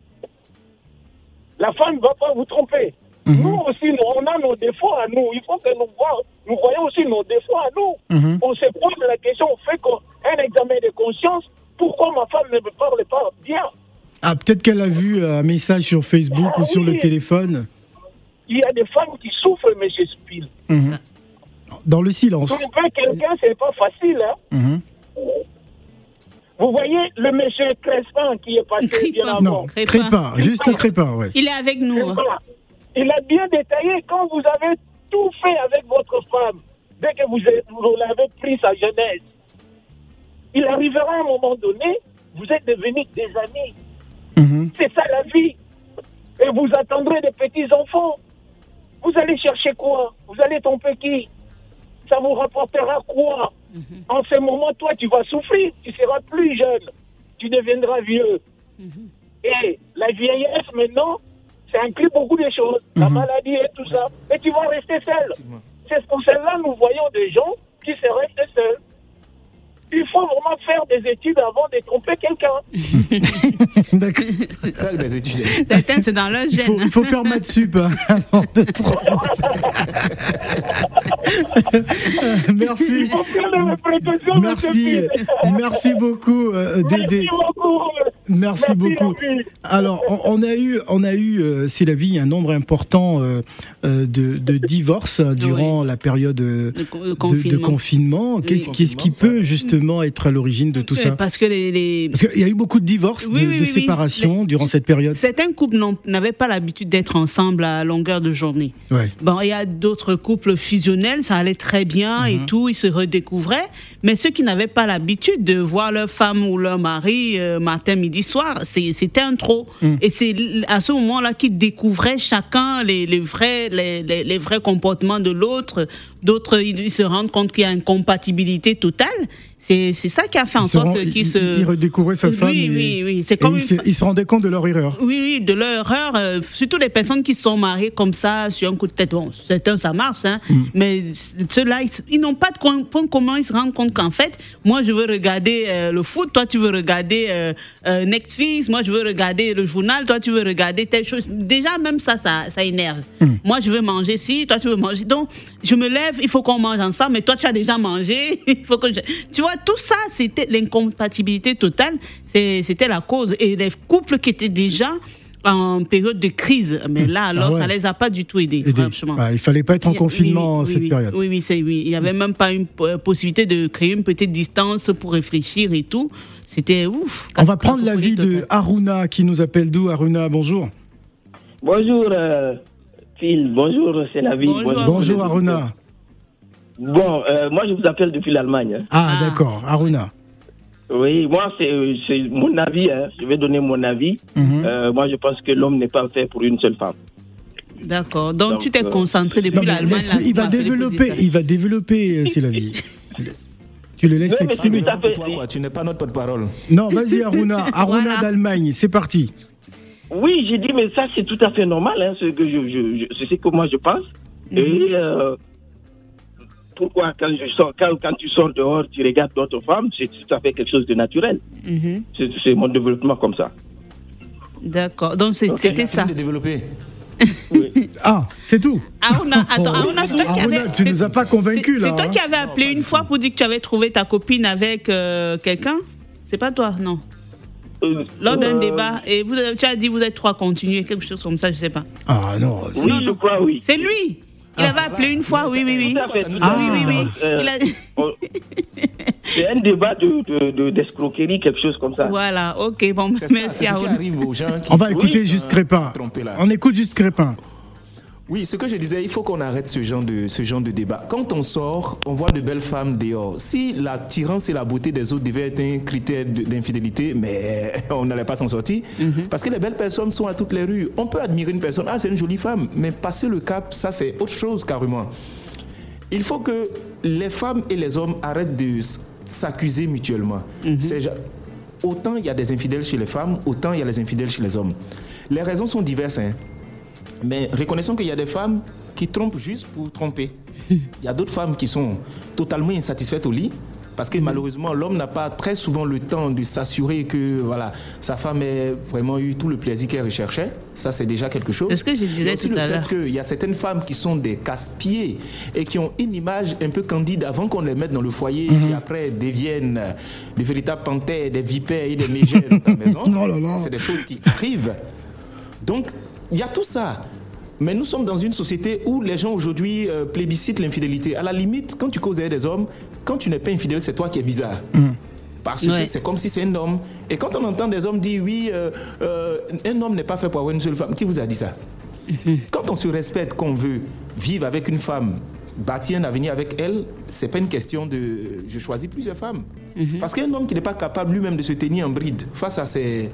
La femme ne va pas vous tromper.
Mhm.
Nous aussi, nous, on a nos défauts à nous. Il faut que nous, voie- nous voyons aussi nos défauts à nous.
Mhm.
On se pose la question, on fait qu'on- un examen de conscience. Pourquoi ma femme ne me parle pas bien
ah peut-être qu'elle a vu un message sur Facebook ou sur le téléphone,
Il y a des femmes qui souffrent, M. Spiel.
dans le silence.
Trouver quelqu'un, ce n'est pas facile. hein.
Mhm.
Vous voyez le monsieur Crespin qui est passé bien avant.
Non, crépin, juste crépin, ouais.
Il est avec nous.
Voilà. Il a bien détaillé quand vous avez tout fait avec votre femme, dès que vous, êtes- vous l'avez pris sa jeunesse. Il arrivera à un moment donné, vous êtes devenus des amis.
Mhm.
C'est ça la vie. Et vous attendrez des petits-enfants. Vous allez chercher quoi Vous allez tromper qui Ça vous rapportera quoi
Mhm.
En ce moment, toi, tu vas souffrir. Tu seras plus jeune. Tu deviendras vieux. Et la vieillesse, maintenant, ça inclut beaucoup de choses.
Mhm.
La maladie et tout ça. Et tu vas rester seul. C'est pour cela que nous voyons des gens qui se restent seuls. Il faut vraiment faire des études avant de tromper quelqu'un.
D'accord.
Ça, des études.
Certains, c'est dans leur
Il faut,
gène.
il faut faire maths sup hein, avant de trop. Merci. Merci, merci beaucoup euh, Dédé. Merci beaucoup. Alors, on, on a eu, on a eu, euh, c'est la vie, un nombre important euh, euh, de, de divorces hein, durant la période euh, de,
co- de
de
confinement.
confinement. Qu'est-ce qu'est-ce qui peut justement être à l'origine de tout
Euh,
ça
Parce que les, les-
Parce qu'il y a eu beaucoup de divorces,
Oui, oui,
de, de
oui, oui.
séparations durant cette période.
certains couples n'ont- n'avaient pas l'habitude d'être ensemble à longueur de journée.
Ouais.
Bon, il y a d'autres couples fusionnels, ça allait très bien
Mhm.
et tout, ils se redécouvraient. Mais ceux qui n'avaient pas l'habitude de voir leur femme ou leur mari euh, matin, midi, soir, c'est- c'était un trop.
Mm.
Et c'est l- à ce moment-là qu'ils découvraient chacun les, les vrais, les, les- les vrais comportements de l'autre. D'autres, ils, ils se rendent compte qu'il y a une compatibilité totale. C'est c'est ça qui a fait en
Ils se rend-
sorte qu'ils
ils-
se...
ils redécouvraient sa
Oui,
femme.
Oui,
et-
oui, oui.
et
C'est comme
ils,
une
se, ils se rendaient compte de leur erreur.
oui, oui, de leur erreur, euh, surtout les personnes qui se sont mariées comme ça sur un coup de tête. Bon, certains, ça marche, hein,
Mm.
mais c- ceux-là, ils, s- ils n'ont pas de coin- point commun. Ils se rendent compte qu'en fait, moi, je veux regarder euh, le foot, toi, tu veux regarder euh, euh, Netflix, moi, je veux regarder le journal, toi, tu veux regarder telle chose. Déjà, même ça, ça, ça énerve.
Mm.
Moi, je veux manger ci, toi, tu veux manger. Donc, je me lève, il faut qu'on mange ensemble, mais toi, tu as déjà mangé. il faut que je- Tu vois, tout ça, c'était l'incompatibilité totale, c'est- c'était la cause. Et les couples qui étaient déjà en période de crise, mais là, alors,
Ah ouais.
ça les a pas du tout aidés,
Et des-
franchement.
Ah, il fallait pas être en
Oui, oui,
confinement
oui,
cette
oui.
période.
Oui, oui, c'est oui. Il n'y avait même pas une po- euh, possibilité de créer une petite distance pour réfléchir et tout. C'était ouf.
On va prendre l'avis de Haruna qui nous appelle d'où Haruna, bonjour.
Bonjour, euh, Phil, bonjour, c'est la vie.
Bonjour, Bonjour, Aruna.
Bon, euh, moi je vous appelle depuis l'Allemagne. hein.
Ah, d'accord, Aruna.
Oui, moi c'est euh, c'est mon avis, hein. je vais donner mon avis.
Mhm.
Euh, moi je pense que l'homme n'est pas fait pour une seule femme.
D'accord. Donc,
Donc,
tu t'es
euh,
concentré
Non,
depuis
mais
l'Allemagne.
laisse-
là,
il va
sur les
développer,
positions.
il va développer, euh, c'est la vie. Tu le laisses s'exprimer.
Toi, quoi, tu n'es pas notre porte-parole.
Non, vas-y Aruna, Aruna d'Allemagne, c'est parti.
Oui, j'ai dit, mais ça, c'est tout à fait normal, hein, ce que je, je, je- c'est ce que moi je pense.
Mhm.
Et euh, pourquoi quand, je sors, quand, quand tu sors dehors, tu regardes d'autres femmes, c'est tout à fait quelque chose de naturel.
Mhm.
C'est, c'est mon développement comme ça.
D'accord. Donc, c'est- c'était ça.
Ah, c'est tout. Oh,
Aruna, attends, Aruna, c'est toi qui
Aruna,
avais-
tu nous as pas convaincus là.
C'est toi
hein.
qui avais appelé une fois pour dire que tu avais trouvé ta copine avec euh, quelqu'un C'est pas toi, non Lors d'un
euh,
débat, et vous, avez- tu as dit vous êtes trois, continuez, quelque chose comme ça, je sais pas.
Ah non.
Oui, je crois, oui. Ah.
C'est lui Il avait appelé une fois, oui, oui, oui.
Tout à fait, tout à
Ah, oui, oui,
fait.
oui.
Euh,
Il a-
C'est un débat de, de, de- d'escroquerie, quelque chose comme ça.
Voilà, ok, bon,
ça,
merci
c'est ce qui
Aruna.
arrive
aux gens
On va écouter juste Crépin. On écoute juste Crépin.
Oui, ce que je disais, il faut qu'on arrête ce genre, de, ce genre de débat. Quand on sort, on voit de belles femmes dehors. Si l'attirance et la beauté des autres devaient être un critère de- d'infidélité, mais on n'allait pas s'en sortir. Parce que les belles personnes sont à toutes les rues. On peut admirer une personne, ah, c'est une jolie femme, mais passer le cap, ça, c'est autre chose carrément. Il faut que les femmes et les hommes arrêtent de s- s'accuser mutuellement. C'est ja- Autant il y a des infidèles chez les femmes, autant il y a les infidèles chez les hommes. Les raisons sont diverses. hein. Mais reconnaissons qu'il y a des femmes qui trompent juste pour tromper. Il y a d'autres femmes qui sont totalement insatisfaites au lit. Parce
Mhm.
que malheureusement, l'homme n'a pas très souvent le temps de s'assurer que voilà, sa femme ait vraiment eu tout le plaisir qu'elle recherchait. Ça, c'est déjà quelque chose.
C'est ce que je disais
Il y a aussi
tout
le
à
fait
l'heure.
qu'il y a certaines femmes qui sont des casse-pieds et qui ont une image un peu candide avant qu'on les mette dans le foyer, qui après deviennent euh, des véritables panthères, des vipères et des mégères dans ta maison. C'est des choses qui arrivent. Donc, il y a tout ça. Mais nous sommes dans une société où les gens aujourd'hui euh, plébiscitent l'infidélité. À la limite, quand tu causes avec des hommes, quand tu n'es pas infidèle, c'est toi qui es bizarre. Parce
Ouais.
que c'est comme si c'est un homme. Et quand on entend des hommes dire oui, euh, euh, un homme n'est pas fait pour avoir une seule femme, qui vous a dit ça Quand on se respecte, qu'on veut vivre avec une femme, bâtir un avenir avec elle, c'est pas une question de euh, je choisis plusieurs femmes. Parce qu'un homme qui n'est pas capable lui-même de se tenir en bride face à ses,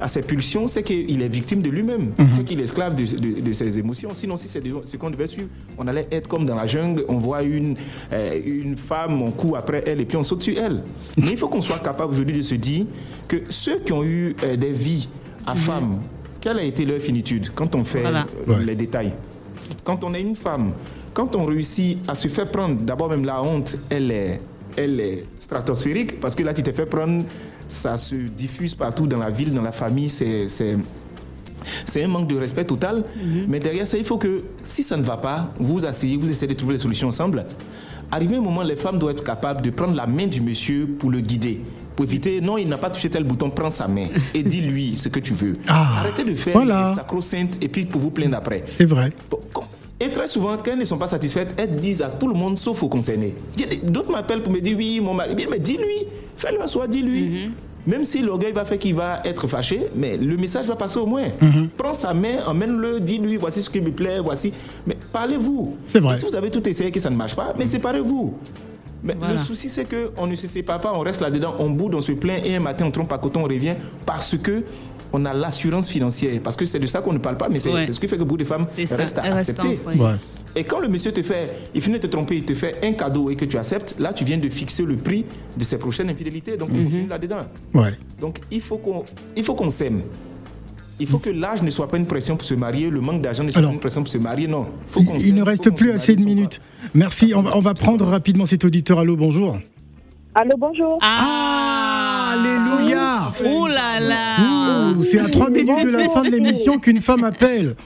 à ses pulsions, c'est qu'il est victime de lui-même.
Mhm.
C'est qu'il est esclave de, de- de ses émotions. Sinon, si c'est de- ce qu'on devait suivre, on allait être comme dans la jungle, on voit une, euh, une femme, on court après elle et puis on saute sur elle. Mais il faut qu'on soit capable aujourd'hui de se dire que ceux qui ont eu euh, des vies à femmes, quelle a été leur finitude quand on fait
Voilà.
euh, les détails Quand on est une femme, quand on réussit à se faire prendre, d'abord même la honte, elle est, elle est stratosphérique parce que là, tu t'es fait prendre, ça se diffuse partout dans la ville, dans la famille, c'est- c'est c'est un manque de respect total.
Mhm.
Mais derrière ça, il faut que, si ça ne va pas, vous vous asseyez, vous essayez de trouver les solutions ensemble. Arrivé un moment, les femmes doivent être capables de prendre la main du monsieur pour le guider. Pour éviter, non, il n'a pas touché tel bouton, prends sa main et dis-lui ce que tu veux. Arrêtez de faire
Ah. voilà.
les sacro-saintes et puis pour vous plaindre après.
C'est vrai.
Et très souvent, quand elles ne sont pas satisfaites, elles disent à tout le monde sauf aux concernés. Il y a des- D'autres m'appellent pour me dire oui, mon mari. Bien, mais dis-lui, fais-le à soi, dis-lui.
Mhm.
Même si l'orgueil va faire qu'il va être fâché, mais le message va passer au moins.
Mhm.
Prends sa main, emmène-le, dis-lui, voici ce qui me plaît, voici. Mais parlez-vous.
C'est vrai. Mhm.
Si vous avez tout essayé que ça ne marche pas, mais séparez-vous. Mais
Voilà.
le souci, c'est qu'on ne se sépare pas, on reste là-dedans, on boude, on se plaint, et un matin, on trompe à coton, on revient parce que. On a l'assurance financière, parce que c'est de ça qu'on ne parle pas, mais c'est
Ouais.
c'est ce qui fait que beaucoup de femmes
C'est ça,
restent
elles
à
restent
accepter.
en foyer. Ouais.
Et quand le monsieur te fait, il finit de te tromper, il te fait un cadeau et que tu acceptes, là tu viens de fixer le prix de ses prochaines infidélités, donc
Mhm.
on continue là-dedans.
Ouais.
Donc il faut qu'on il faut qu'on s'aime. Il faut que l'âge ne soit pas une pression pour se marier, le manque d'argent ne soit
Alors.
pas une pression pour se marier, non. Faut qu'on
Il, il
s'aime,
ne
faut
reste
qu'on
plus
se
assez de minutes. Merci. On va, on va prendre rapidement cet auditeur. Allô, bonjour.
Allô, bonjour.
Ah,
Alléluia.
Oh là là
Ouh, C'est à trois minutes de la fin de l'émission qu'une femme appelle.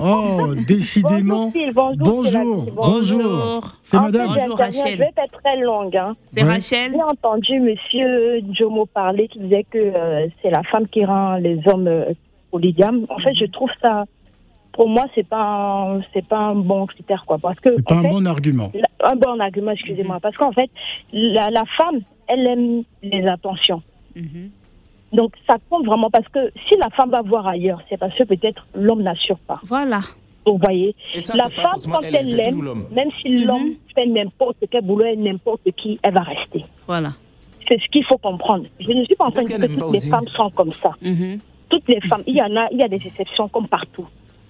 Oh, décidément. Bonjour. Bonjour. C'est
En
madame.
fait, j'interviens, Je vais pas être très longue. hein.
C'est Ouais. Rachel
J'ai entendu monsieur Jomo parler qui disait que euh, c'est la femme qui rend les hommes euh, polygames. En fait, je trouve ça. Pour moi, c'est pas un- c'est pas un bon critère quoi, parce que
C'est pas
en
un
fait,
bon argument.
la- un bon argument, excusez-moi, parce qu'en fait, la, la femme, elle aime les attentions. Donc ça compte vraiment parce que si la femme va voir ailleurs, c'est parce que peut-être l'homme n'assure pas.
Voilà.
Vous voyez
Et ça,
La
c'est pas
femme,
forcément
quand
elle,
elle
c'est
l'aime,
toujours l'homme.
même si l'homme fait n'importe quel boulot et n'importe qui, elle va rester.
Voilà.
C'est ce qu'il faut comprendre. Je ne suis pas en train de dire que toutes les femmes sont comme ça. Toutes les femmes, il y en a, il y a des exceptions comme partout.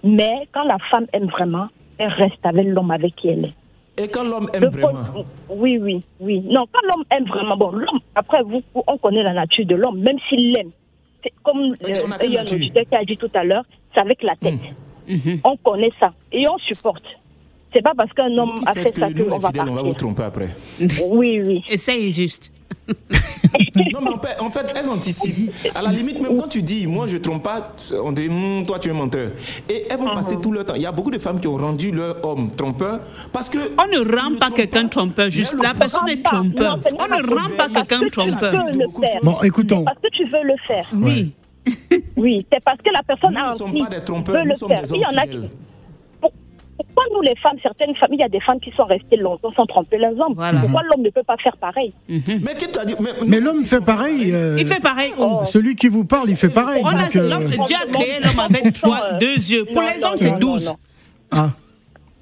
Mais quand la femme aime vraiment, elle reste avec l'homme avec qui elle est.
Et quand l'homme aime vraiment
Oui, oui, oui. Non, quand l'homme aime vraiment, bon, l'homme, après, vous, on connaît la nature de l'homme, même s'il l'aime. C'est comme
on a
le,
quelle
il y a un
nature Mm. Mm-hmm.
auditeur qui a dit tout à l'heure, c'est avec la tête. On connaît ça et on supporte. C'est pas parce qu'un homme a
Faites
fait ça
que nous,
qu'on
les
va
fidèles, on va vous
partir.
tromper après.
Oui, oui.
Essaye juste.
non, mais en fait- en fait, elles anticipent. À la limite, même quand tu dis, moi, je trompe pas, on dit, Hum, toi, tu es menteur. Et elles vont
Uh-huh.
passer tout leur temps. Il y a beaucoup de femmes qui ont rendu leur homme trompeur parce que.
On ne rend pas quelqu'un trompeur, juste la personne est trompeur. On ne rend pas quelqu'un trompeur.
Bon, écoutons.
Parce que tu veux le faire.
Oui.
Oui, c'est parce que la personne a envie.
sommes pas des trompeurs,
veut
nous
le
sommes
faire.
des
Il y
hommes
en a qui.
fidèles.
Pour- Pourquoi nous, les femmes, certaines femmes, il y a des femmes qui sont restées longtemps sans tromper les hommes. Pourquoi l'homme ne peut pas faire pareil
Mais qui t'a dit
Mais l'homme fait pareil. euh,
Il fait
pareil
Oh.
Celui qui vous parle, il fait pareil.
On a
donc, euh,
l'homme, c'est Dieu a créé l'homme avec trois, deux yeux. Pour
euh, Non,
les
non,
hommes, c'est
non,
douze.
non, non.
Ah.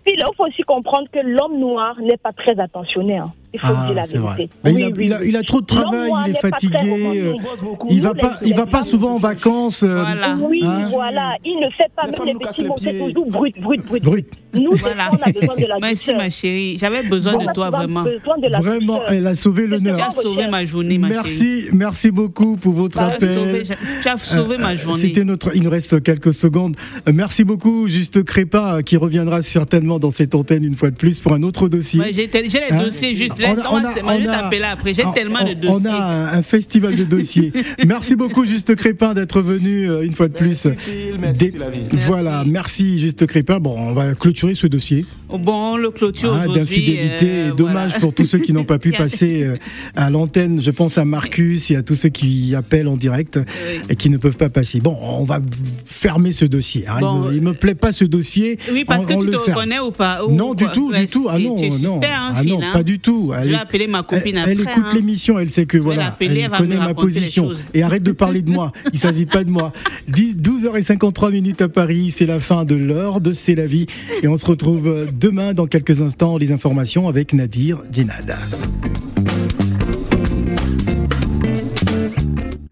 Puis là, il faut aussi comprendre que l'homme noir n'est pas très attentionné. hein. Il faut
Ah,
dire la
c'est
vérité.
vrai. Mais
Oui,
il, a,
oui,
il a-
oui.
il a trop de
L'homme
travail,
noir
il est
n'est pas très
fatigué.
romantique.
euh, il va
Nous,
pas,
les-
il va
les
pas
femmes,
souvent en vacances. euh,
Oui,
hein.
voilà. Il ne fait pas même les petits mots. C'est toujours brut, brut, brut. Nous,
Voilà.
c'est ça, on a besoin de la
Merci, ma chérie. J'avais besoin
On
de
a
toi, vraiment.
besoin de la
Vraiment, elle a sauvé l'honneur.
Tu as sauvé ma journée, ma chérie.
Merci, merci beaucoup pour votre
Tu as sauvé-
appel.
Tu as sauvé ma
Euh,
journée.
C'était notre. Il nous reste quelques secondes. Euh, Merci beaucoup, Juste Crépin, euh, qui reviendra certainement dans cette antenne une fois de plus pour un autre dossier.
Ouais, j'ai tel- j'ai les
Hein
dossiers juste. Laisse-moi
on a-
c'est- moi, je
on a-
t'appelle après. J'ai
on-
tellement
on-
de dossiers.
Ah, On a un, un festival de dossiers. merci beaucoup, Juste Crépin, d'être venu euh, une fois de plus.
merci,
Dé-
c'est la vie.
Voilà, merci, Juste Crépin. Bon, on va clôturer ce dossier.
Bon, on le clôture
Ah,
aujourd'hui.
d'infidélité
euh,
et dommage
voilà.
pour tous ceux qui n'ont pas pu passer euh, à l'antenne. Je pense à Marcus et à tous ceux qui appellent en direct et qui ne peuvent pas passer. Bon, on va fermer ce dossier. hein.
Bon, euh,
il, me, il me plaît pas ce dossier.
Oui, parce
On-
que
on
tu
le
te
ferme.
reconnais ou pas ou
Non, du
quoi.
tout,
Ouais,
du tout. Ah
c'est-
non,
c'est
non,
suspect, hein,
ah
Phil,
non,
hein.
pas du tout.
Je vais
éc-
appeler ma copine
elle- elle
après,
écoute
hein.
l'émission, elle sait que voilà,
l'appeler, elle
elle
va
connaît
me
ma
raconter les
position.
choses.
Et arrête de parler de moi. Il s'agit pas de moi. 10, 12h53 minutes à Paris, c'est la fin de l'heure de C'est la euh, vie. Et on se retrouve demain dans quelques instants, les informations avec Nadir Djinad.